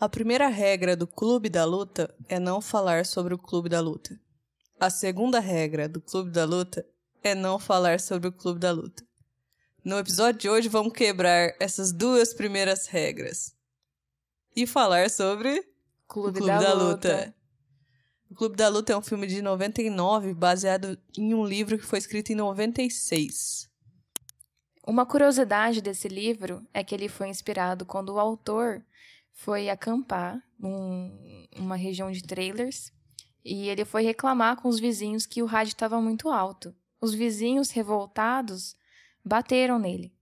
A primeira regra do Clube da Luta é não falar sobre o Clube da Luta. A segunda regra do Clube da Luta é não falar sobre o Clube da Luta. No episódio de hoje vamos quebrar essas duas primeiras regras e falar sobre Clube, o Clube da, Luta. O Clube da Luta é um filme de 99 baseado em um livro que foi escrito em 96. Uma curiosidade desse livro é que ele foi inspirado quando o autor foi acampar num- numa região de trailers e ele foi reclamar com os vizinhos que o rádio estava muito alto. Os vizinhos revoltados bateram nele.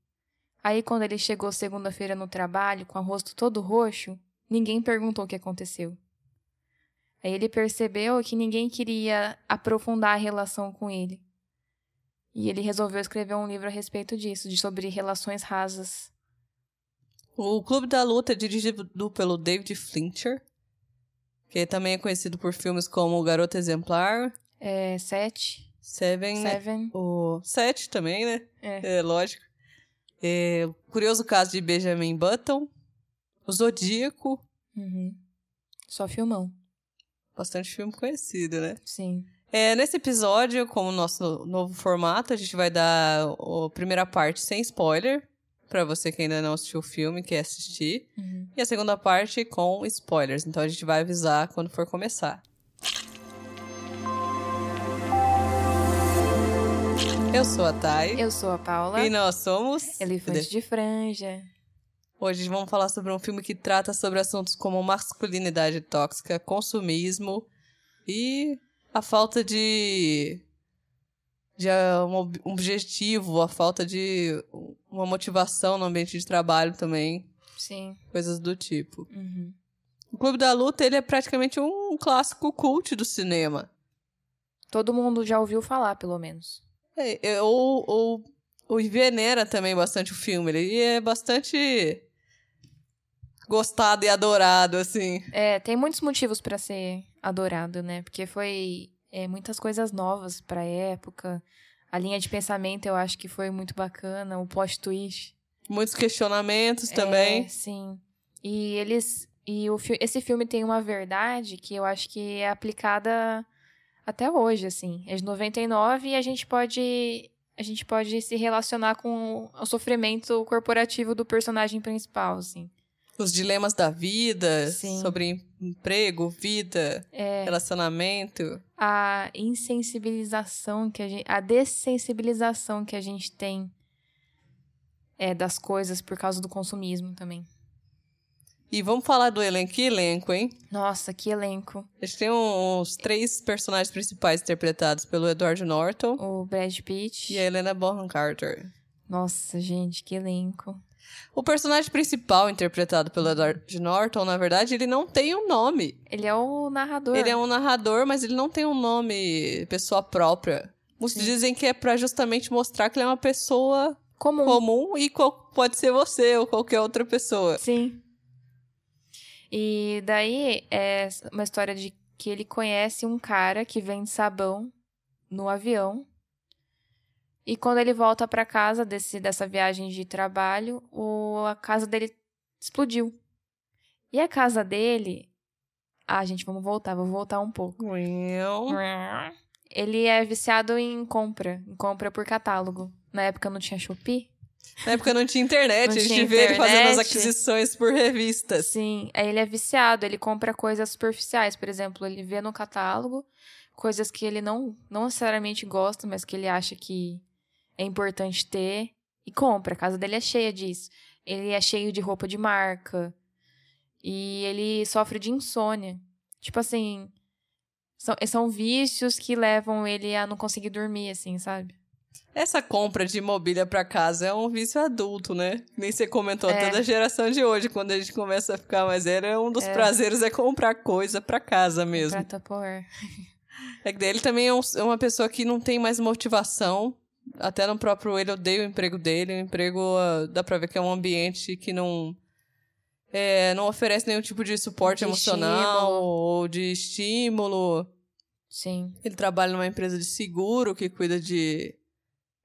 Aí, quando ele chegou segunda-feira no trabalho com o rosto todo roxo, ninguém perguntou o que aconteceu. Aí ele percebeu que ninguém queria aprofundar a relação com ele. E ele resolveu escrever um livro a respeito disso, de sobre relações rasas. O Clube da Luta é dirigido pelo David Flincher, que também é conhecido por filmes como O Garoto Exemplar, É, sete, Seven, seven. o Sete também, né? É. lógico. É, o curioso caso de Benjamin Button, O Zodíaco, Uhum. Só filmão, bastante filme conhecido, né? sim. É, nesse episódio, como nosso novo formato, a gente vai dar a primeira parte sem spoiler, pra você que ainda não assistiu o filme, quer assistir. Uhum. E a segunda parte com spoilers, então a gente vai avisar quando for começar. Eu sou a Thay. Eu sou a Paula, E nós somos. elefante de franja. Hoje vamos falar sobre um filme que trata sobre assuntos como masculinidade tóxica, consumismo e a falta de. de ah, um ob- um objetivo, a falta de uma motivação no ambiente de trabalho também, Sim. coisas do tipo. Uhum. O Clube da Luta ele é praticamente um clássico cult do cinema. Todo mundo já ouviu falar, pelo menos. É, é, ou, ou, ou venera também bastante o filme. Ele é bastante gostado e adorado, assim. É, tem muitos motivos pra ser adorado, né? Porque foi é, muitas coisas novas pra época. A linha de pensamento eu acho que foi muito bacana, o plot twist Muitos questionamentos É, também. sim. E eles e o fi- esse filme tem uma verdade que eu acho que é aplicada até hoje, assim. É de 99 e a gente pode a gente pode se relacionar com o sofrimento corporativo do personagem principal, assim. Os dilemas da vida, Sim. É. sobre em- emprego, vida, relacionamento. a insensibilização que a gente, a dessensibilização que a gente tem é, das coisas por causa do consumismo também. E vamos falar do elenco. Que elenco, hein? Nossa, que elenco! A gente tem um, uns três personagens principais interpretados pelo Edward Norton O Brad Pitt. e é a Helena Bonham Carter. Nossa, gente, que elenco. O personagem principal interpretado pelo Edward Norton, na verdade, ele não tem um nome. Ele é o narrador. Ele é um narrador, mas ele não tem um nome pessoa própria. Muitos Sim. dizem que é pra justamente mostrar que ele é uma pessoa comum. comum e qual- pode ser você ou qualquer outra pessoa. Sim. E daí é uma história de que ele conhece um cara que vende sabão no avião. E quando ele volta pra casa desse, dessa viagem de trabalho, o, a casa dele explodiu. E a casa dele. Ah, gente, vamos voltar, vou voltar um pouco. Não. Ele é viciado em compra, em compra por catálogo. Na época não tinha Shopee? Na época não tinha internet, Não a gente tinha vê ele fazendo as internet. aquisições por revistas. Sim, aí ele é viciado, ele compra coisas superficiais, por exemplo, ele vê no catálogo coisas que ele não, não necessariamente gosta, mas que ele acha que é importante ter e compra. A casa dele é cheia disso. Ele é cheio de roupa de marca e ele sofre de insônia. Tipo assim, são, são vícios que levam ele a não conseguir dormir, assim, sabe? Essa compra de mobília pra casa é um vício adulto, né? Nem você comentou, É. toda a geração de hoje, quando a gente começa a ficar mais velho, um dos É. prazeres é comprar coisa pra casa mesmo. Pra Tupperware. É que daí ele também é, um- é uma pessoa que não tem mais motivação. Até no próprio ele odeia o emprego dele. O emprego ah, dá pra ver que é um ambiente que não. é, não oferece nenhum tipo de suporte De emocional estímulo. ou de estímulo. Sim. Ele trabalha numa empresa de seguro que cuida de,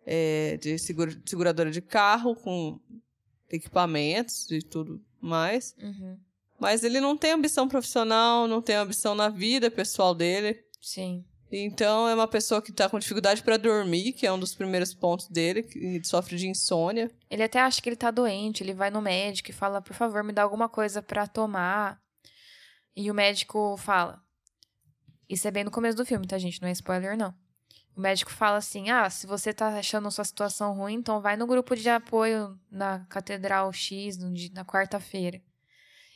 é, de seguro- seguradora de carro com equipamentos e tudo mais. Uhum. Mas ele não tem ambição profissional, não tem ambição na vida pessoal dele. Sim. Então é uma pessoa que tá com dificuldade pra dormir, que é um dos primeiros pontos dele, que sofre de insônia. Ele até acha que ele tá doente, ele vai no médico e fala, por favor, me dá alguma coisa pra tomar. E o médico fala. Isso é bem no começo do filme, tá, gente? Não é spoiler, não. O médico fala assim: ah, se você tá achando sua situação ruim, então vai no grupo de apoio na Catedral X no di- na quarta-feira.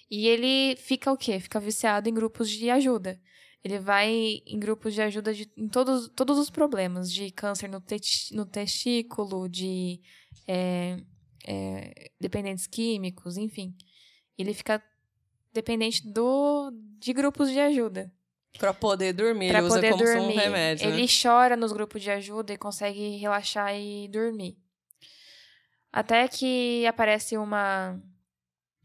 E ele fica o quê? Fica viciado em grupos de ajuda. Ele vai em grupos de ajuda de, em todos, todos os problemas, de câncer no, teti- no testículo, de é, é, dependentes químicos, enfim. Ele fica dependente do, de grupos de ajuda Pra poder dormir, pra ele usa poder como se dormir. um remédio. né? Ele chora nos grupos de ajuda e consegue relaxar e dormir. Até que aparece uma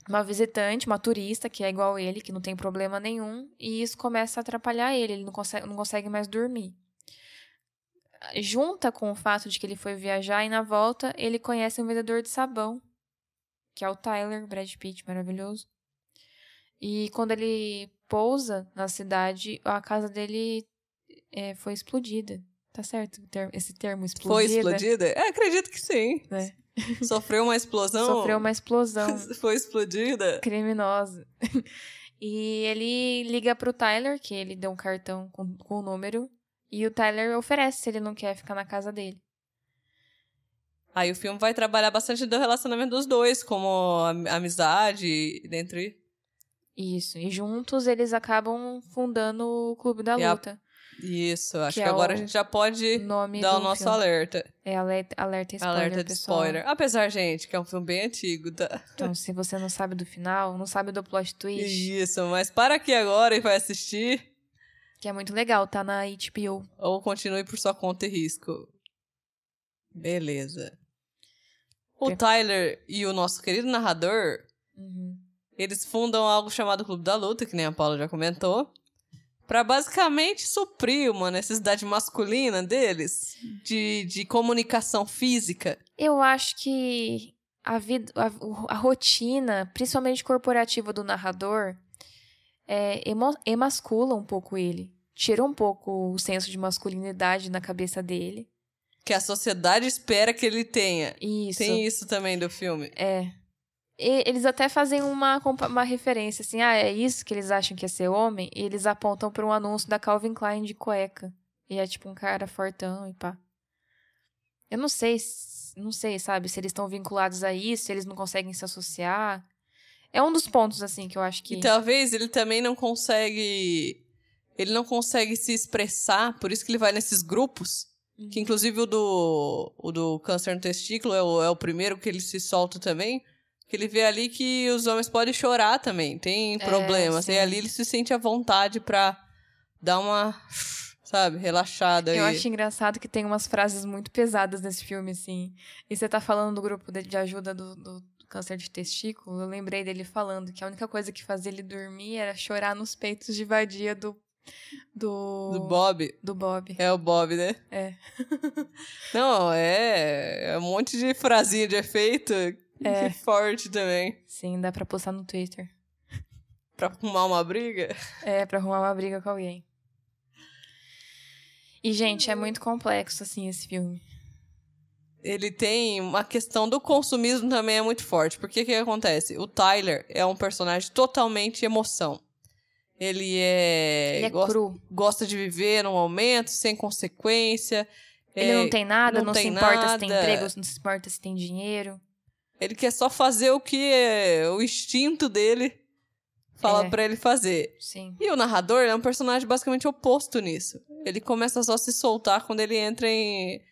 uma visitante, uma turista que é igual ele, que não tem problema nenhum, e isso começa a atrapalhar ele, ele não consegue, não consegue mais dormir. Junta com o fato de que ele foi viajar e na volta ele conhece um vendedor de sabão, que é o Tyler, Brad Pitt, maravilhoso. E quando ele pousa na cidade, a casa dele é, foi explodida. Tá certo o termo- esse termo, né? explodida? Foi explodida? É, acredito que sim. né? Sofreu uma explosão. Sofreu uma explosão. Foi explodida. criminosa. E ele liga pro Tyler, que ele deu um cartão com, com o número, e o Tyler oferece se ele não quer ficar na casa dele. Aí o filme vai trabalhar bastante do relacionamento dos dois, como am- amizade, dentre Isso. E juntos eles acabam fundando o Clube da E a- Luta. Isso, acho que, Que é agora o a gente já pode O nome dar do o nosso filme. alerta. É alerta, alerta spoiler, alerta de pessoal. spoiler. Apesar, gente, que é um filme bem antigo, tá? Então, se você não sabe do final, não sabe do plot twist, Isso, mas para aqui agora e vai assistir, que é muito legal, tá na HBO. ou continue por sua conta e risco. Beleza. O Tem- Tyler e o nosso querido narrador, Uhum. eles fundam algo chamado Clube da Luta, que nem a Paula já comentou, pra basicamente suprir uma necessidade masculina deles de, de comunicação física. Eu acho que a vida, a, o- a rotina, principalmente corporativa do narrador, é, emo- emascula um pouco ele. Tira um pouco o senso de masculinidade na cabeça dele. que a sociedade espera que ele tenha. Isso. Tem isso também do filme. É. E eles até fazem uma, compa- uma referência, assim, ah, é isso que eles acham que é ser homem? E eles apontam pra um anúncio da Calvin Klein de cueca. E é tipo um cara fortão e pá. Eu não sei, s- não sei, sabe, se eles estão vinculados a isso, se eles não conseguem se associar. É um dos pontos, assim, que eu acho que. E talvez ele também não consegue. Ele não consegue se expressar, por isso que ele vai nesses grupos. Uhum. Que inclusive o do, o do câncer no testículo é o, é o primeiro que ele se solta também. Que ele vê ali que os homens podem chorar também, tem problemas. É, sim. E ali ele se sente à vontade pra dar uma, sabe, relaxada. Eu e- acho engraçado que tem umas frases muito pesadas nesse filme, assim. E você tá falando do grupo de, de ajuda do, do câncer de testículo, eu lembrei dele falando que a única coisa que fazia ele dormir era chorar nos peitos de vadia do. Do, Do Bob. do Bob. É o Bob, né? É. Não, é, é um monte de frasinha de efeito É. que forte também. Sim, dá pra postar no Twitter. Pra arrumar uma briga. É, pra arrumar uma briga com alguém. E, gente, é muito complexo, assim, esse filme. Ele tem uma questão do consumismo também é muito forte. Porque o que acontece? O Tyler é um personagem totalmente emoção. Ele é. Ele é gosta, cru. gosta de viver no momento, sem consequência. Ele É, não tem nada, não não, tem se importa se tem nada. emprego, não se importa se tem dinheiro. Ele quer só fazer o que é, o instinto dele fala É. pra ele fazer. Sim. E o narrador ele é um personagem basicamente oposto nisso. Ele começa só a se soltar quando ele entra em,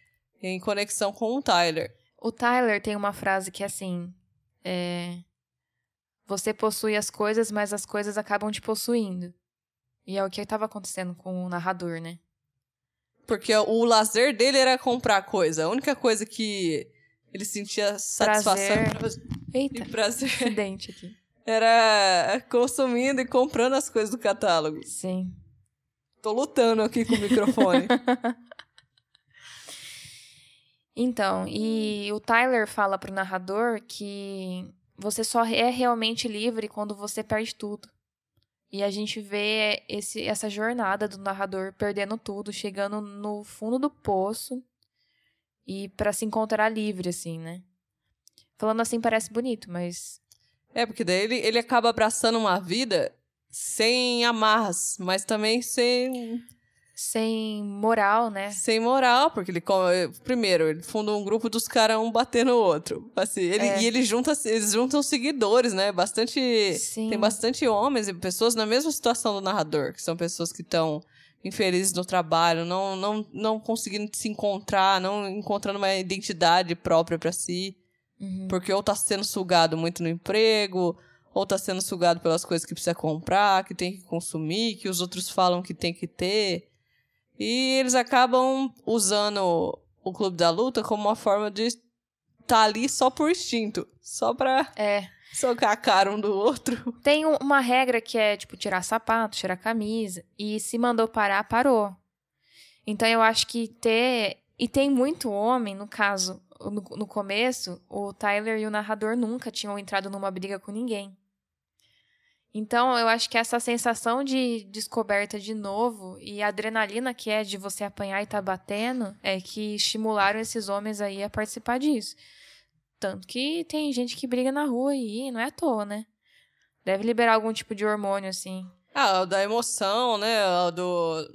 em conexão com o Tyler. O Tyler tem uma frase que é assim: é, Você possui as coisas, mas as coisas acabam te possuindo. E é o que estava acontecendo com o narrador, né? Porque o lazer dele era comprar coisa. A única coisa que ele sentia satisfação Eita, e prazer acidente aqui. era consumindo e comprando as coisas do catálogo. Sim. Tô lutando aqui com o microfone. Então, e o Tyler fala pro narrador que você só é realmente livre quando você perde tudo. E a gente vê esse, essa jornada do narrador perdendo tudo, chegando no fundo do poço e para se encontrar livre, assim, né? Falando assim parece bonito, mas. É, porque daí ele, ele acaba abraçando uma vida sem amarras, mas também sem. Sem moral, né? Sem moral, porque ele. Primeiro, ele funda um grupo dos caras um batendo o outro. Assim, ele, É. E ele junta, eles juntam seguidores, né? Bastante. Sim. Tem bastante homens e pessoas na mesma situação do narrador, que são pessoas que estão infelizes no trabalho, não, não, não conseguindo se encontrar, não encontrando uma identidade própria pra si. Uhum. Porque ou tá sendo sugado muito no emprego, ou tá sendo sugado pelas coisas que precisa comprar, que tem que consumir, que os outros falam que tem que ter. E eles acabam usando o Clube da Luta como uma forma de estar ali só por instinto. Só pra É. socar a cara um do outro. Tem um- uma regra que é, tipo, tirar sapato, tirar camisa. E se mandou parar, parou. Então eu acho que ter. E tem muito homem, no caso, no, no começo, o Tyler e o narrador nunca tinham entrado numa briga com ninguém. Então eu acho que essa sensação de descoberta de novo e a adrenalina que é de você apanhar e tá batendo é que estimularam esses homens aí a participar disso. Tanto que tem gente que briga na rua e não é à toa, né? Deve liberar algum tipo de hormônio, assim. Ah, o da emoção, né? o Do.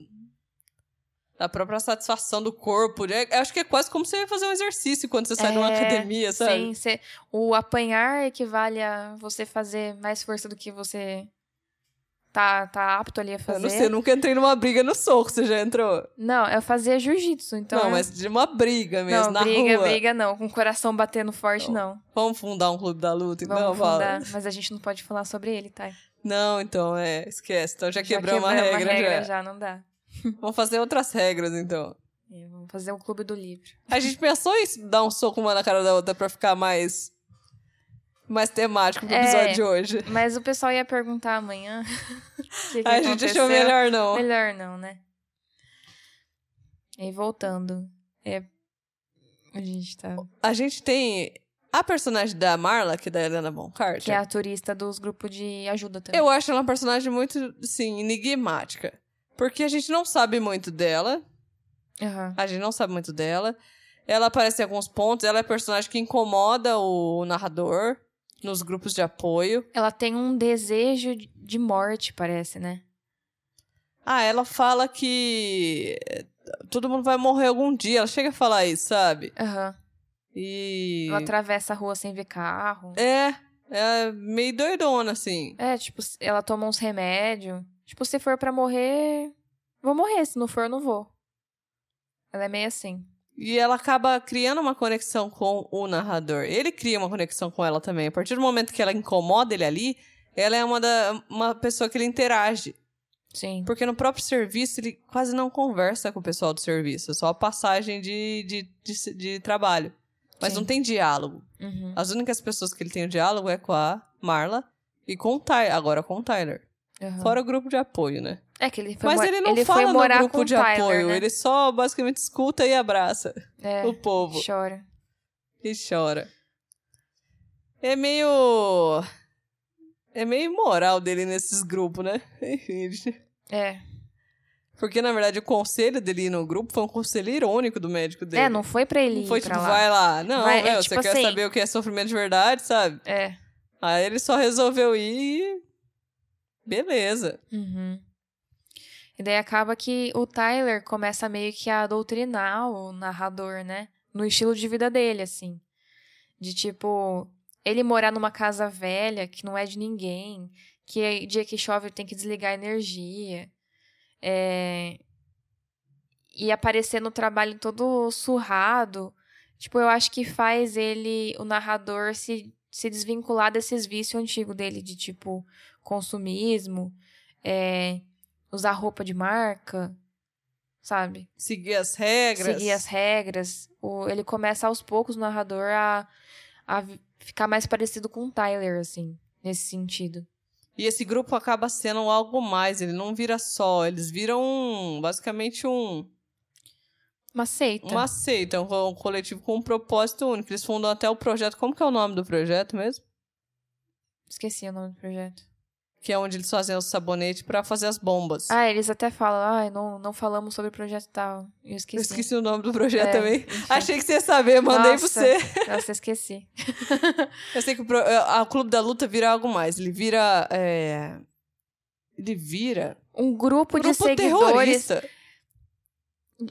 Da própria satisfação do corpo. né? Eu acho que é quase como você fazer um exercício quando você sai de uma É, academia, sabe? Sem ser... O apanhar equivale a você fazer mais força do que você tá, tá apto ali a Eu fazer. É, não sei, eu nunca entrei numa briga no soco, você já entrou? Não, é fazer jiu-jitsu, então... não, é- mas de uma briga mesmo, Não, na briga, rua. briga não. Com o coração batendo forte, não. Vamos fundar um clube da luta, então? Vamos Fala. fundar. Mas a gente não pode falar sobre ele, tá? Não, então, é, esquece. Então já quebrou uma quebramos regra, já. não dá. Vamos fazer outras regras, então. É, vamos fazer um clube do livro. A gente pensou em dar um soco uma na cara da outra pra ficar mais... Mais temático pro É. episódio de hoje. Mas o pessoal ia perguntar amanhã o que, que Aí a gente achou aconteceu. melhor não. Melhor não, né? E voltando. É. A gente tá. A gente tem a personagem da Marla, que é da Helena Boncarter. Que é a turista dos grupos de ajuda também. Eu acho ela uma personagem muito, assim, enigmática. Porque a gente não sabe muito dela. Aham. A gente não sabe muito dela. Ela aparece em alguns pontos. Ela é personagem que incomoda o narrador nos grupos de apoio. Ela tem um desejo de- de morte, parece, né? Ah, ela fala que eh, todo mundo vai morrer algum dia. Ela chega a falar isso, sabe? Aham. E. Ela atravessa a rua sem ver carro. É, é meio doidona, assim. É, tipo, se- ela toma uns remédios. Tipo, se for pra morrer, vou morrer. Se não for, eu não vou. Ela é meio assim. E ela acaba criando uma conexão com o narrador. Ele cria uma conexão com ela também. A partir do momento que ela incomoda ele ali, ela é uma, da, uma pessoa que ele interage. Sim. Porque no próprio serviço ele quase não conversa com o pessoal do serviço, é só a passagem de, de, de, de trabalho. Mas Sim. não tem diálogo. Uhum. As únicas pessoas que ele tem o diálogo é com a Marla e com o Tyler, agora com o Tyler. Aham. Fora o grupo de apoio, né? É que ele foi Mas mor- ele não foi fala no morar com grupo o de Tyler, apoio, né? ele só basicamente escuta e abraça É, o povo chora. e chora. É meio. É meio moral dele nesses grupos, né? Enfim, gente. É. Porque, na verdade, o conselho dele ir no grupo foi um conselho irônico do médico dele. É, não foi pra ele Não ir foi pra tipo, lá. vai lá. Não, Vai, é meu, tipo você quer assim. saber o que é sofrimento de verdade, sabe? É. Aí ele só resolveu ir e. Beleza. Uhum. E daí acaba que o Tyler começa meio que a doutrinar o narrador, né? No estilo de vida dele, assim. De tipo, ele morar numa casa velha que não é de ninguém, que é dia que chove tem que desligar a energia. É... E aparecer no trabalho todo surrado. Tipo, eu acho que faz ele, o narrador, se, se desvincular desses vícios antigos dele, de tipo, consumismo, é, usar roupa de marca, sabe? Seguir as regras. Seguir as regras. O- ele começa aos poucos, o narrador, a, a vi- ficar mais parecido com o Tyler, assim, nesse sentido. E esse grupo acaba sendo algo mais. Ele não vira só. Eles viram um, basicamente um. Uma seita. Uma seita, um co- um coletivo com um propósito único. Eles fundam até o projeto. Como que é o nome do projeto mesmo? Esqueci o nome do projeto. que é onde eles fazem o sabonete pra fazer as bombas. Ah, eles até falam, ai, não, não falamos sobre o projeto tal. Eu esqueci. Eu esqueci o nome do projeto É, também. enfim. Achei que você ia saber, mandei pra Nossa. você. Nossa, eu esqueci. Eu sei que o, pro- é, a- o Clube da Luta vira algo mais. Ele vira. é, Ele vira. Um grupo, de grupo seguidores. terrorista.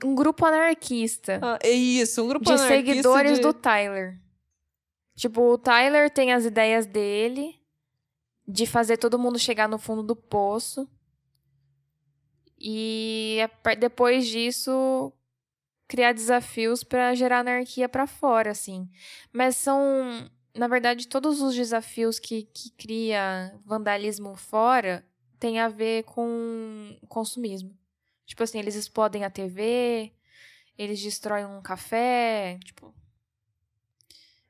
Um grupo anarquista. Ah, é isso, um grupo de anarquista seguidores de- do Tyler. Tipo, o Tyler tem as ideias dele de fazer todo mundo chegar no fundo do poço. E a par- depois disso criar desafios pra gerar anarquia pra fora, assim. Mas são, na verdade, todos os desafios que, que cria vandalismo fora tem a ver com consumismo. Tipo assim, eles explodem a TV, eles destroem um café, tipo.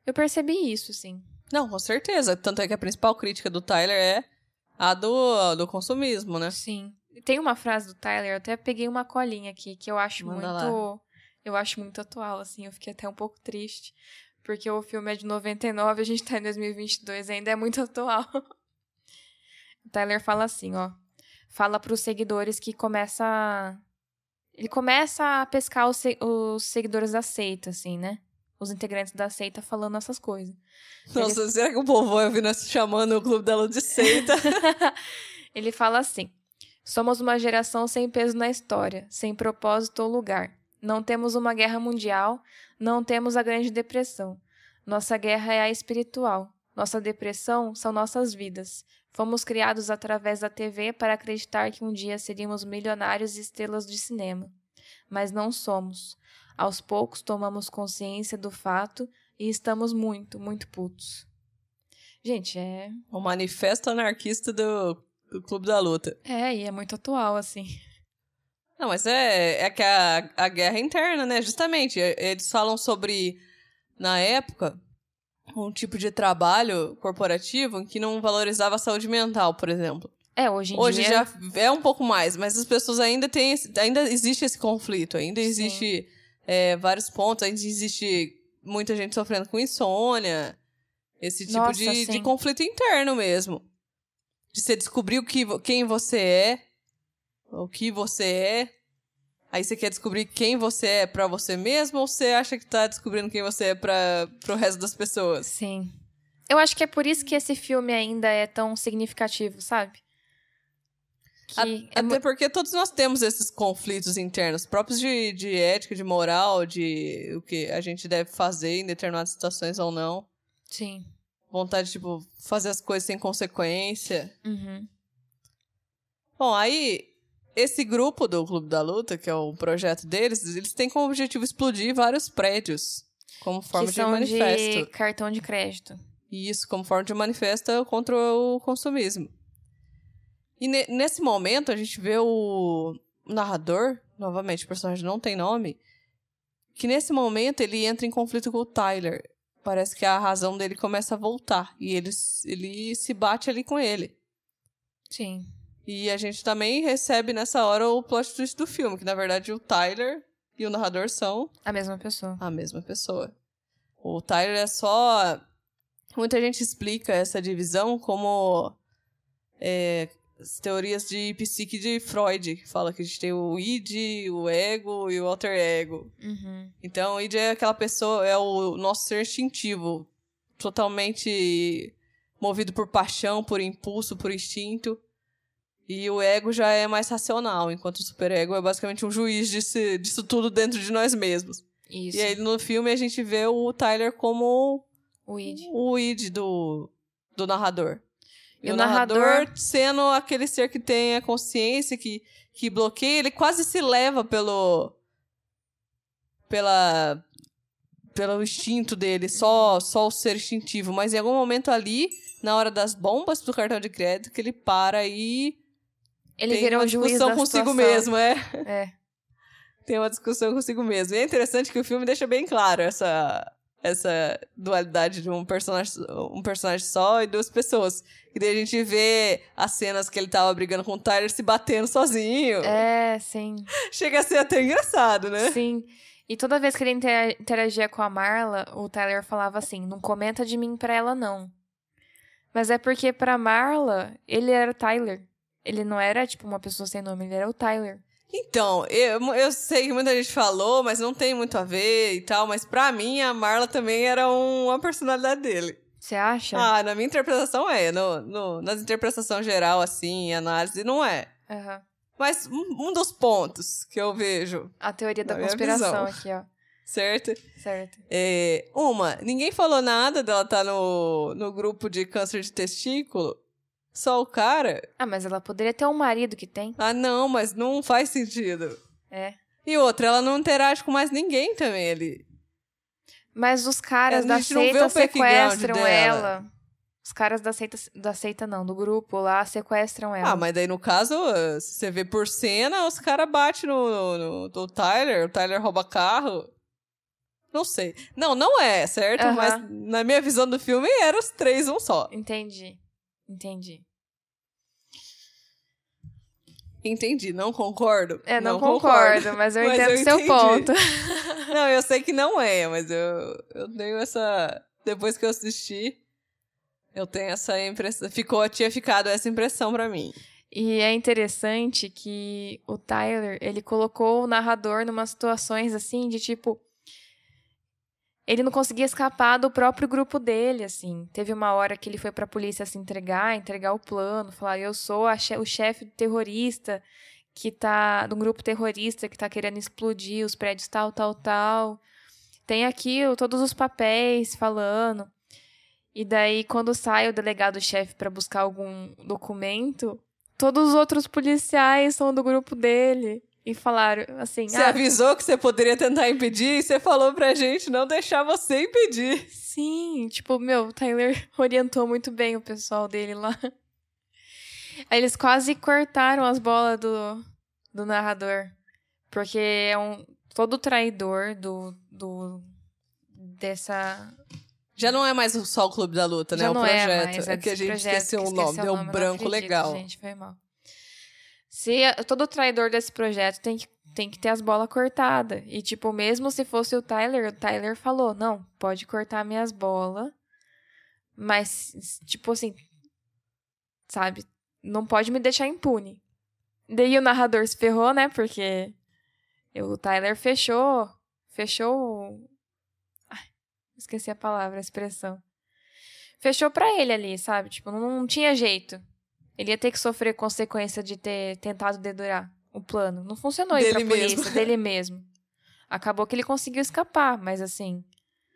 Eu percebi isso, assim. Não, com certeza. Tanto é que a principal crítica do Tyler é a do, do consumismo, né? Sim. Tem uma frase do Tyler, eu até peguei uma colinha aqui que eu acho Manda muito. Eu acho muito atual, assim. Eu fiquei até um pouco triste. Porque o filme é de 99, a gente tá em 2022, ainda é muito atual. o Tyler fala assim, ó. Fala pros seguidores que começa. a- Ele começa a pescar os, se- os seguidores da seita, assim, né? Os integrantes da seita falando essas coisas. Nossa, será que o povo vai ouvir nós chamando o Clube da Luta de seita? Ele fala assim: Somos uma geração sem peso na história, sem propósito ou lugar. Não temos uma guerra mundial, não temos a Grande Depressão. Nossa guerra é a espiritual. Nossa depressão são nossas vidas. Fomos criados através da TV para acreditar que um dia seríamos milionários e estrelas de cinema. Mas não somos. Aos poucos tomamos consciência do fato e estamos muito, muito putos. Gente, é o manifesto anarquista do, do Clube da Luta. É, e é muito atual, assim. Não, mas é, é que a, a guerra é interna, né? Justamente. é- Eles falam sobre, na época, um tipo de trabalho corporativo em que não valorizava a saúde mental, por exemplo. É, hoje em Hoje dia. já é um pouco mais, mas as pessoas ainda têm. esse- Ainda existe esse conflito, ainda Sim. existe é, vários pontos, ainda existe muita gente sofrendo com insônia. Esse tipo Nossa, de, de sim. conflito interno mesmo. De você descobrir o que, vo- quem você é, o que você é. Aí você quer descobrir quem você é pra você mesmo ou você acha que tá descobrindo quem você é para pro resto das pessoas? Sim. Eu acho que é por isso que esse filme ainda é tão significativo, sabe? Que A- é mu- Até porque todos nós temos esses conflitos internos, próprios de, de ética, de moral, de o que a gente deve fazer em determinadas situações ou não. Sim. Vontade de, tipo, fazer as coisas sem consequência. Uhum. Bom, aí, esse grupo do Clube da Luta, que é o projeto deles, eles têm como objetivo explodir vários prédios como forma que de são de, manifesto. cartão de crédito. E isso como forma de manifesta contra o consumismo. E ne- nesse momento a gente vê o narrador, novamente, o personagem não tem nome, que nesse momento ele entra em conflito com o Tyler. Parece que a razão dele começa a voltar e ele, s- ele se bate ali com ele. Sim. E a gente também recebe nessa hora o plot twist do filme, que na verdade o Tyler e o narrador são A mesma pessoa. a mesma pessoa. O Tyler é só. Muita gente explica essa divisão como é, as teorias de psique de Freud, que fala que a gente tem o id, o ego e o alter ego. Uhum. Então, o id é aquela pessoa, é o nosso ser instintivo, totalmente movido por paixão, por impulso, por instinto. E o ego já é mais racional, enquanto o superego é basicamente um juiz disso, disso tudo dentro de nós mesmos. Isso. E aí no filme a gente vê o Tyler como O Id. o id do, do narrador. E o narrador- sendo aquele ser que tem a consciência, que, que bloqueia, ele quase se leva pelo. pela. pelo instinto dele, só, só o ser instintivo. Mas em algum momento ali, na hora das bombas do cartão de crédito, que ele para e Ele tem vira uma o juiz discussão da consigo situação. mesmo, é. É. Tem uma discussão consigo mesmo. E é interessante que o filme deixa bem claro essa, essa dualidade de um personagem, um personagem só e duas pessoas. E daí a gente vê as cenas que ele tava brigando com o Tyler se batendo sozinho. É, sim. Chega a ser até engraçado, né? Sim. E toda vez que ele inter- interagia com a Marla, o Tyler falava assim: não comenta de mim pra ela, não. Mas é porque pra Marla, ele era o Tyler. Ele não era, tipo, uma pessoa sem nome, ele era o Tyler. Então, eu, eu sei que muita gente falou, mas não tem muito a ver e tal, mas pra mim a Marla também era um- uma personalidade dele. Você acha? Ah, na minha interpretação é. No, no, nas interpretação geral, assim, em análise, não é. Aham. Mas um, um dos pontos que eu vejo, A teoria da Na minha conspiração aqui, ó. certo? Certo. É, uma, ninguém falou nada dela tá no, no grupo de câncer de testículo. Só o cara. Ah, mas ela poderia ter um marido que tem. Ah, não, mas não faz sentido. É. E outra, ela não interage com mais ninguém também ali. Mas os caras É, A da gente não vê o seita background sequestram dela. ela. Os caras da seita, da seita não, do grupo lá, sequestram ela. Ah, mas daí no caso, eh, se você vê por cena, os caras batem no, no, no Tyler, o Tyler rouba carro. Não sei. Não, não é, certo? Aham. Mas na minha visão do filme, eram os três um só. Entendi. Entendi. Entendi, não concordo. É, não, concordo, mas eu Mas entendo eu seu entendi. ponto. Não, eu sei que não é, mas eu, eu tenho essa. Depois que eu assisti, eu tenho essa impressão. Ficou, tinha ficado essa impressão pra mim. E é interessante que o Tyler, ele colocou o narrador numa situações assim de tipo ele não conseguia escapar do próprio grupo dele, assim. Teve uma hora que ele foi pra polícia se entregar, entregar o plano, falar: "Eu sou a che- o chefe terrorista que tá de um grupo terrorista que tá querendo explodir os prédios tal, tal, tal. Tem aqui o- todos os papéis falando. E daí quando sai o delegado-chefe pra buscar algum documento, todos os outros policiais são do grupo dele e falaram assim: Você avisou que você poderia tentar impedir e você falou pra gente não deixar você impedir. Sim, tipo, meu, o Tyler orientou muito bem o pessoal dele lá. Aí Eles quase cortaram as bolas do, do narrador. Porque é um. Todo traidor do. do dessa. Já não é mais só o Clube da Luta, né? Já o não projeto. é, mais, é que a desse gente projeto esqueceu que o nome, deu um eu não branco acredito, legal. Gente, foi mal. Se a- todo traidor desse projeto tem que, tem que ter as bolas cortadas. E, tipo, mesmo se fosse o Tyler, o Tyler falou: não, pode cortar minhas bolas. Mas, s- tipo assim, sabe? Não pode me deixar impune. Daí o narrador se ferrou, né? Porque o Tyler fechou. Fechou. o- Ai, esqueci a palavra, a expressão. Fechou pra ele ali, sabe? Tipo, não, não tinha jeito. Ele ia ter que sofrer consequência de ter tentado dedurar o plano. Não funcionou ir pra Dele polícia, mesmo. dele mesmo. Acabou que ele conseguiu escapar, mas assim.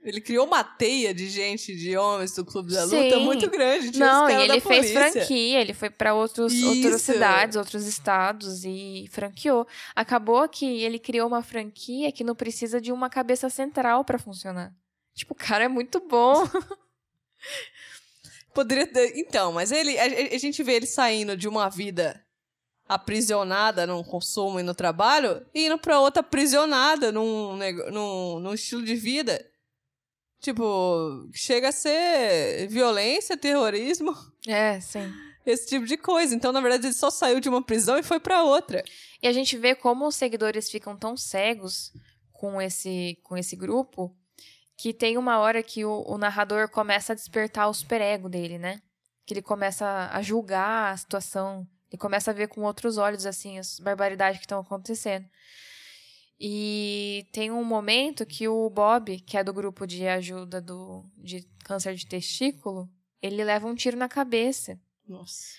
Ele criou uma teia de gente, de homens do Clube da Luta Sim. muito grande. Tinha Não, os e caras ele um da polícia. fez franquia, ele foi pra outros outras Isso. cidades, outros estados e franqueou. Acabou que ele criou uma franquia que não precisa de uma cabeça central pra funcionar. Tipo, o cara é muito bom. Poderia ter... Então, mas ele... A, a- a gente vê ele saindo de uma vida aprisionada num consumo e no trabalho e indo pra outra aprisionada num, nego- num, num estilo de vida. Tipo, chega a ser violência, terrorismo, É, sim. esse tipo de coisa. Então, na verdade, ele só saiu de uma prisão e foi pra outra. E a gente vê como os seguidores ficam tão cegos com esse, com esse grupo que tem uma hora que o, o narrador começa a despertar o superego dele, né? Que ele começa a julgar a situação, ele começa a ver com outros olhos, assim, as barbaridades que estão acontecendo. E tem um momento que o Bob, que é do grupo de ajuda do, de câncer de testículo, ele leva um tiro na cabeça. Nossa.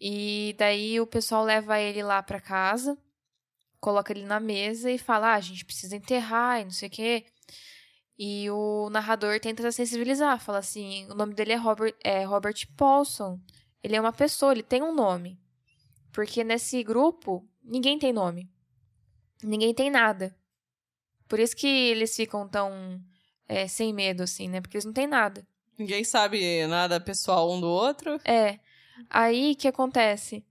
E daí o pessoal leva ele lá pra casa, coloca ele na mesa e fala: ah, a gente precisa enterrar e não sei o quê. E o narrador tenta sensibilizar, fala assim: o nome dele é Robert, é Robert Paulson. Ele é uma pessoa, ele tem um nome. Porque nesse grupo, ninguém tem nome. Ninguém tem nada. Por isso que eles ficam tão é, sem medo, assim, né? Porque eles não têm nada. Ninguém sabe nada pessoal um do outro. É. Aí o que acontece?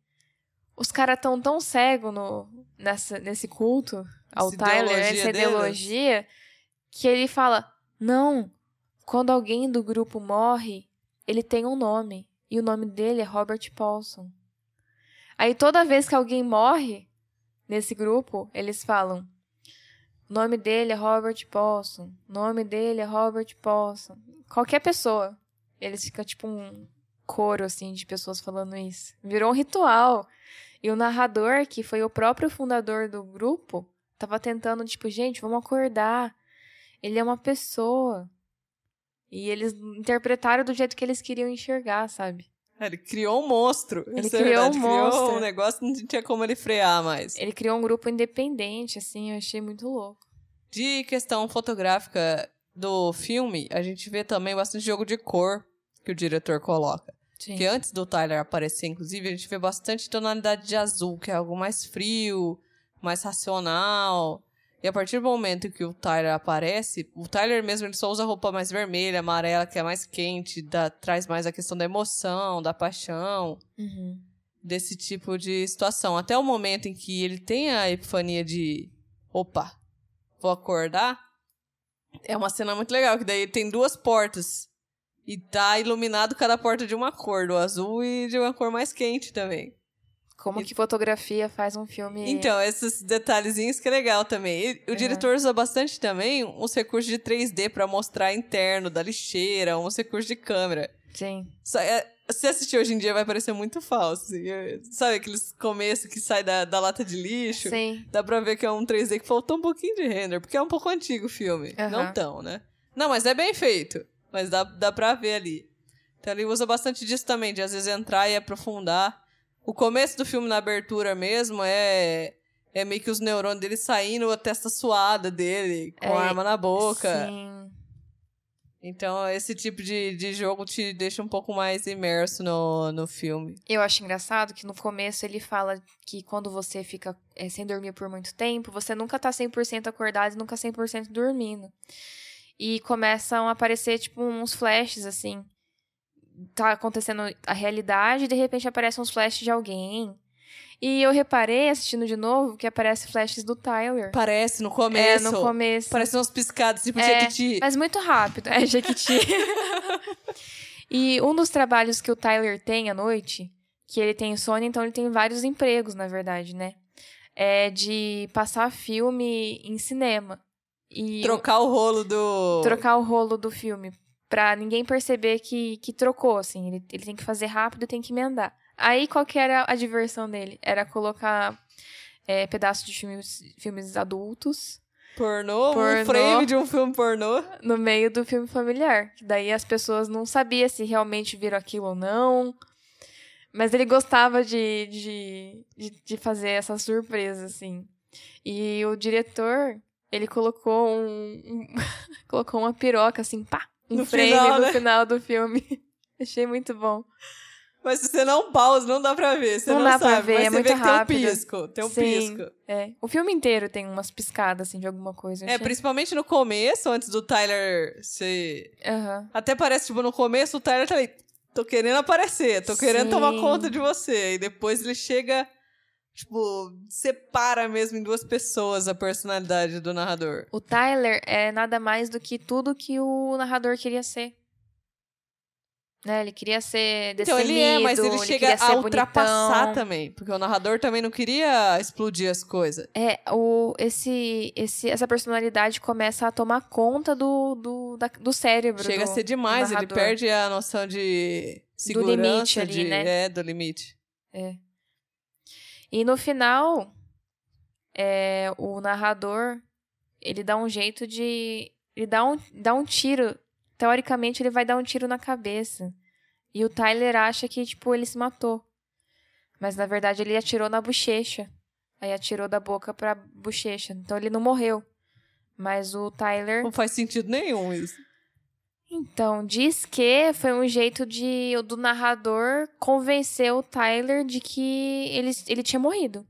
Os caras tão tão cego no nessa, nesse culto ao Essa Tyler, ideologia essa deles. ideologia, que ele fala: "Não, quando alguém do grupo morre, ele tem um nome, e o nome dele é Robert Paulson". Aí toda vez que alguém morre nesse grupo, eles falam: "O nome dele é Robert Paulson, o nome dele é Robert Paulson". Qualquer pessoa, eles ficam tipo um coro, assim, de pessoas falando isso. Virou um ritual. E o narrador, que foi o próprio fundador do grupo, tava tentando, tipo, gente, vamos acordar. Ele é uma pessoa. E eles interpretaram do jeito que eles queriam enxergar, sabe? Ele criou um monstro. Ele Isso é criou um verdade, monstro. Criou um negócio que não tinha como ele frear mais. Ele criou um grupo independente, assim, eu achei muito louco. De questão fotográfica do filme, a gente vê também bastante jogo de cor que o diretor coloca. Sim. Que antes do Tyler aparecer, inclusive, a gente vê bastante tonalidade de azul, que é algo mais frio, mais racional. E a partir do momento que o Tyler aparece, o Tyler mesmo ele só usa roupa mais vermelha, amarela, que é mais quente, dá- traz mais a questão da emoção, da paixão, Uhum. desse tipo de situação. Até o momento em que ele tem a epifania de opa, vou acordar, é uma cena muito legal, que daí tem duas portas. E tá iluminado cada porta de uma cor, do azul e de uma cor mais quente também. Como que fotografia faz um filme. Então, esses detalhezinhos que é legal também. E o Uhum. diretor usa bastante também uns recursos de 3D pra mostrar interno da lixeira, uns recursos de câmera. Sim. Só- é- se assistir hoje em dia vai parecer muito falso. assim. É, Sabe aqueles começos que sai da, da lata de lixo? Sim. Dá pra ver que é um 3D que faltou um pouquinho de render, porque é um pouco antigo o filme. Aham. Não tão, né? Não, mas é bem feito. Mas dá, dá pra ver ali. Então ele usa bastante disso também, de às vezes entrar e aprofundar. O começo do filme na abertura mesmo é. É meio que os neurônios dele saindo, a testa suada dele, com É, a arma na boca. Sim. Então, esse tipo de, de jogo te deixa um pouco mais imerso no, no filme. Eu acho engraçado que no começo ele fala que quando você fica eh, sem dormir por muito tempo, você nunca tá 100% acordado e nunca 100% dormindo. E começam a aparecer, tipo, uns flashes, assim. Tá acontecendo a realidade e de repente aparecem uns flashes de alguém. E eu reparei, assistindo de novo, que aparece flashes do Tyler. Parece no É, começo. no começo. Parece uns piscados, tipo É, Jequiti. Mas muito rápido, é Jequiti. e um dos trabalhos que o Tyler tem à noite, que ele tem insônia, então ele tem vários empregos, na verdade, né? É de passar filme em cinema. E Trocar o rolo do. trocar o rolo do filme. Pra ninguém perceber que, que trocou, assim. Ele, ele tem que fazer rápido e tem que emendar. Aí, qual que era a diversão dele? Era colocar é, pedaços de filmes, filmes adultos Pornô, Pornô. um frame de um filme pornô. no meio do filme familiar. que Daí as pessoas não sabiam se realmente viram aquilo ou não. Mas ele gostava de, de, de, de fazer essa surpresa, assim. E o diretor, ele colocou um. um- colocou uma piroca, assim, pá! Um No frame final, no né? final do filme. Achei muito bom. Mas se você não pausa, não dá pra ver. Você Não não, dá pra sabe. ver, mas você é muito vê que rápido. tem um pisco. Tem um Sim. pisco. É. O filme inteiro tem umas piscadas, assim, de alguma coisa. eu É, achei- principalmente no começo, antes do Tyler ser. Aham. Até parece, tipo, no começo o Tyler tá ali. Tô querendo aparecer, tô querendo Sim. tomar conta de você. E depois ele chega, tipo, separa mesmo em duas pessoas a personalidade do narrador. O Tyler é nada mais do que tudo que o narrador queria ser. Né? Ele queria ser Então destemido, ele é, mas ele chega queria ser a ultrapassar bonitão. também. Porque o narrador também não queria explodir as coisas. É, o, esse, esse, essa personalidade começa a tomar conta do, do, da- do cérebro. Chega a do- ser demais, ele narrador. perde a noção de segurança. limite ali, de- né? É, do limite. E no final, é, o narrador, ele dá um jeito de... Ele dá um, dá um tiro. Teoricamente, ele vai dar um tiro na cabeça. E o Tyler acha que, tipo, ele se matou. Mas, na verdade, ele atirou na bochecha. Aí atirou da boca pra bochecha. Então, ele não morreu. Mas o Tyler... Não faz sentido nenhum isso. Então, diz que foi um jeito de do narrador convencer o Tyler de que ele, ele tinha morrido.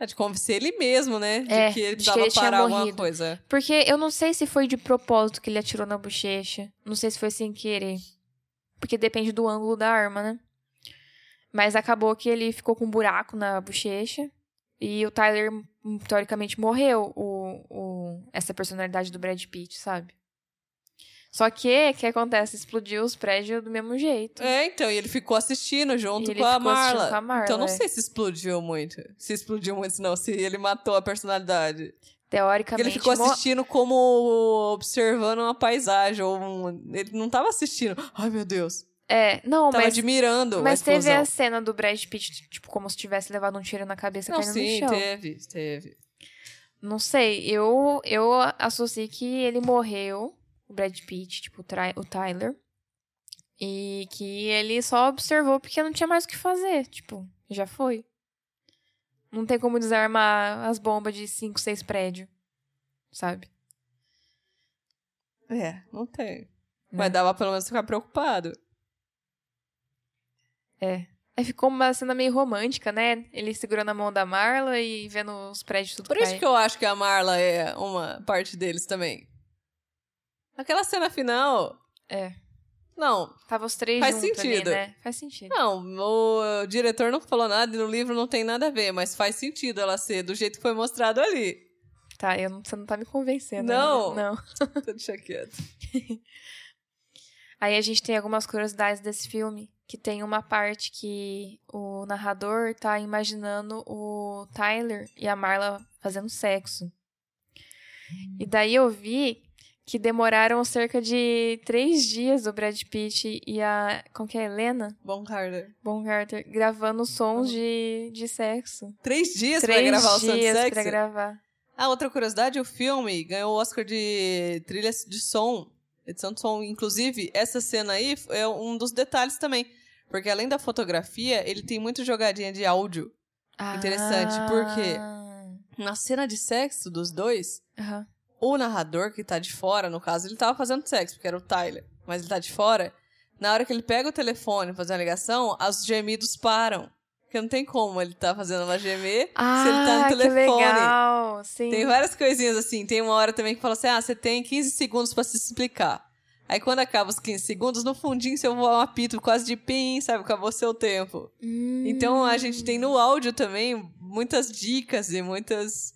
É de convencer ele mesmo, né? De É, que ele de que precisava ele tinha parar alguma morrido. coisa. Porque eu não sei se foi de propósito que ele atirou na bochecha. Não sei se foi sem querer. Porque depende do ângulo da arma, né? Mas acabou que ele ficou com um buraco na bochecha. E o Tyler, hum, teoricamente, morreu. O, o, essa personalidade do Brad Pitt, sabe? Só que, o que acontece? Explodiu os prédios do mesmo jeito. É, então, e ele ficou assistindo junto E ele com, a ficou assistindo Marla. com a Marla, Então, não é. sei se explodiu muito. Se explodiu muito, não. Se ele matou a personalidade. Porque é. Teoricamente, ele ficou mo- assistindo como observando uma paisagem. Ou um... Ele não tava assistindo. Ai, meu Deus. É, não, Tava mas, admirando mas a teve é explosão. a cena do Brad Pitt, tipo, como se tivesse levado um tiro na cabeça Não, caindo sim, no chão. teve, teve. Não sei, eu, eu associei que ele morreu, o Brad Pitt, tipo, o Tri- o Tyler. E que ele só observou porque não tinha mais o que fazer, tipo, já foi. Não tem como desarmar as bombas de 5, 6 prédios, sabe? É, não tem. Né? Mas dava pelo menos ficar preocupado. Aí ficou uma cena meio romântica, né? Ele segurando a mão da Marla e vendo os prédios tudo Por cair. isso que eu acho que a Marla é uma parte deles também. Aquela cena final. É. Não, Tava os três Faz juntos ali, sentido. né? Faz sentido. não, o diretor não falou nada e no livro não tem nada a ver, mas faz sentido ela ser do jeito que foi mostrado ali. Tá, eu não- você não tá me convencendo. Não. ainda. Não. Tô deixa quieto. Aí a gente tem algumas curiosidades desse filme, que tem uma parte que o narrador tá imaginando o Tyler e a Marla fazendo sexo. E daí eu vi que demoraram cerca de três dias o Brad Pitt e a. Como que é? Helena Bom, Carter. Bongarter gravando sons de, de sexo. Três dias três pra Uhum. gravar o Sound dias Sex? pra gravar. Ah, outra curiosidade, o filme ganhou o Oscar de trilha de som, edição de som. Inclusive, essa cena aí é um dos detalhes também. Porque além da fotografia, ele tem muito jogadinha de áudio. Interessante, por quê? Na cena de sexo dos dois, Ah. Aham. o narrador que tá de fora, no caso, ele tava fazendo sexo, porque era o Tyler, mas ele tá de fora. Na hora que ele pega o telefone pra fazer uma ligação, os gemidos param. Porque não tem como ele tá fazendo ela gemer Ah, se ele tá no telefone. que legal. Sim. Tem várias coisinhas assim. Tem uma hora também que fala assim: ah, você tem 15 segundos pra se explicar. Aí quando acaba os 15 segundos, no fundinho você voa um apito quase de pim, sabe? Acabou seu tempo. Hum. Então a gente tem no áudio também muitas dicas e muitos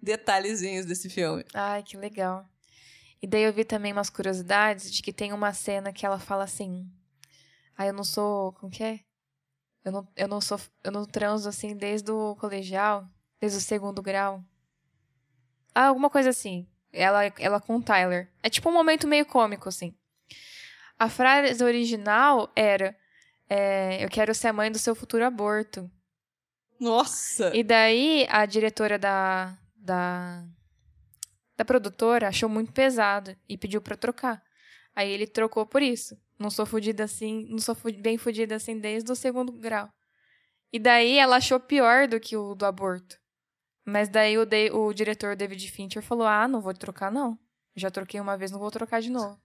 detalhezinhos desse filme. Ai, que legal. E daí eu vi também umas curiosidades de que tem uma cena que ela fala assim: Ah, eu não sou. Como que é? Eu não, eu não sou. Eu não transo assim desde o colegial, desde o segundo grau. Ah, alguma coisa assim. Ela, ela com o Tyler. É tipo um momento meio cômico, assim. A frase original era: é, Eu quero ser a mãe do seu futuro aborto. Nossa! E daí a diretora da, da, da produtora achou muito pesado e pediu pra trocar. Aí ele trocou por isso. Não sou fudida assim, não sou fu- bem fudida assim desde o segundo grau. E daí ela achou pior do que o do aborto. Mas daí o, dei- o diretor David Fincher falou: Ah, não vou trocar, não. Já troquei uma vez, não vou trocar de novo.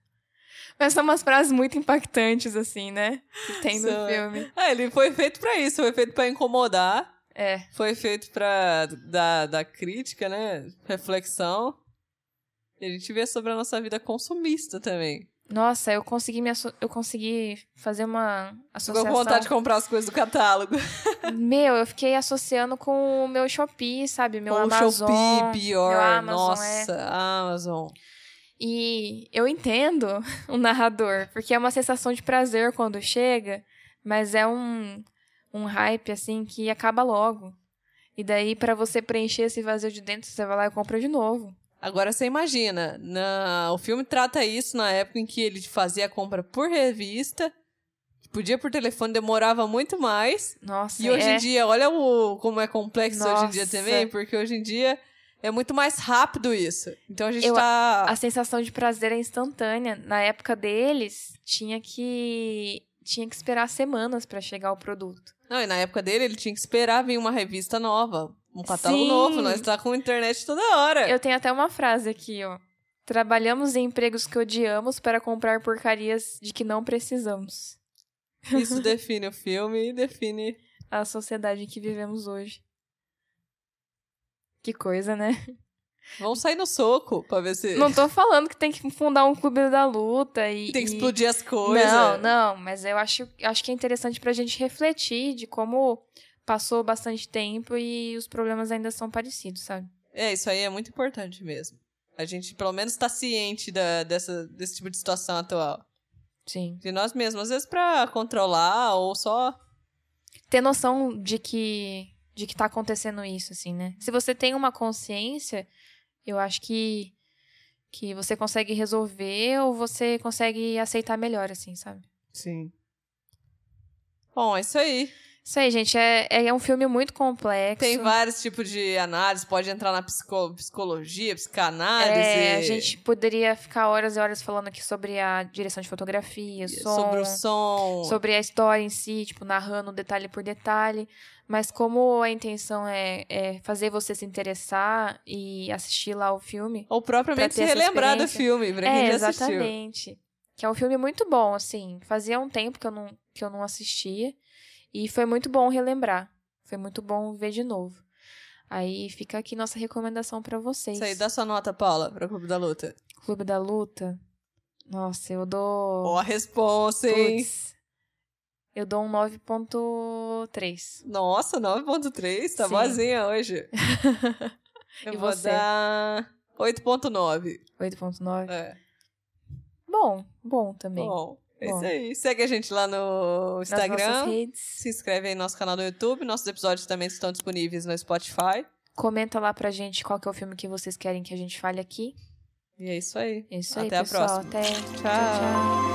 Mas são umas frases muito impactantes, assim, né? Que tem no São. filme. Ah, ele foi feito pra isso, foi feito pra incomodar, É. foi feito pra dar, dar crítica, né? Reflexão. E a gente vê sobre a nossa vida consumista também. Nossa, eu consegui me asso- eu consegui fazer uma Ficou associação. com vontade de comprar as coisas do catálogo. Meu, eu fiquei associando com o meu Shopee, sabe? Meu Ou Amazon. Shopee, pior. meu Amazon, é. Nossa, Amazon. E eu entendo o narrador, porque é uma sensação de prazer quando chega, mas é um, um hype assim que acaba logo. E daí pra você preencher esse vazio de dentro, você vai lá e compra de novo. Agora você imagina, na- o filme trata isso na época em que ele fazia a compra por revista, podia por telefone, demorava muito mais. Nossa, e hoje é... em dia, olha o, como é complexo hoje em dia Nossa. também, porque hoje em dia é muito mais rápido isso. Então a gente Eu- tá. a sensação de prazer é instantânea. Na época deles, tinha que tinha que esperar semanas pra chegar o produto. Não, e na época dele ele tinha que esperar vir uma revista nova, um catálogo Sim. novo, nós tá com internet toda hora. Eu tenho até uma frase aqui, ó. Trabalhamos em empregos que odiamos para comprar porcarias de que não precisamos. Isso define o filme e define A sociedade em que vivemos hoje. Que coisa, né? Vão sair no soco pra ver se Não tô falando que tem que fundar um clube da luta e tem que e- explodir as coisas. Não, não, mas eu acho, acho que é interessante pra gente refletir de como passou bastante tempo e os problemas ainda são parecidos, sabe? É, isso aí é muito importante mesmo. A gente, pelo menos, tá ciente da, dessa, desse tipo de situação atual. Sim. De nós mesmos, às vezes pra controlar ou só. Ter noção de que de que tá acontecendo isso assim, né? Se você tem uma consciência, eu acho que que você consegue resolver ou você consegue aceitar melhor assim, sabe? Sim. Bom, é isso aí. Isso aí, gente. É, é um filme muito complexo. Tem vários tipos de análise, pode entrar na psico- psicologia, psicanálise. É, a gente poderia ficar horas e horas falando aqui sobre a direção de fotografia, som, sobre o som. sobre a história em si, tipo, narrando detalhe por detalhe. Mas como a intenção é, é fazer você se interessar e assistir lá o filme. Ou propriamente pra se ter essa relembrar do experiência. filme, pra quem é, já assistiu. exatamente. Que é um filme muito bom, assim. Fazia um tempo que eu não, que eu não assistia. E foi muito bom relembrar. Foi muito bom ver de novo. Aí fica aqui nossa recomendação pra vocês. Isso aí, dá sua nota, Paula, pro Clube da Luta. Clube da Luta. Nossa, eu dou. Ó, a responsa, hein? Puts, eu dou um 9.3. Nossa, 9.3, tá Sim. boazinha hoje. Eu E vou você? dar 8.9. 8.9. É. Bom, bom também. Bom, é Bom. isso aí. Segue a gente lá no Nas nossas Instagram. redes. Se inscreve aí no nosso canal no YouTube. Nossos episódios também estão disponíveis no Spotify. Comenta lá pra gente qual que é o filme que vocês querem que a gente fale aqui. E é isso aí. É Isso aí, Até a pessoal. próxima. Até. tchau. tchau.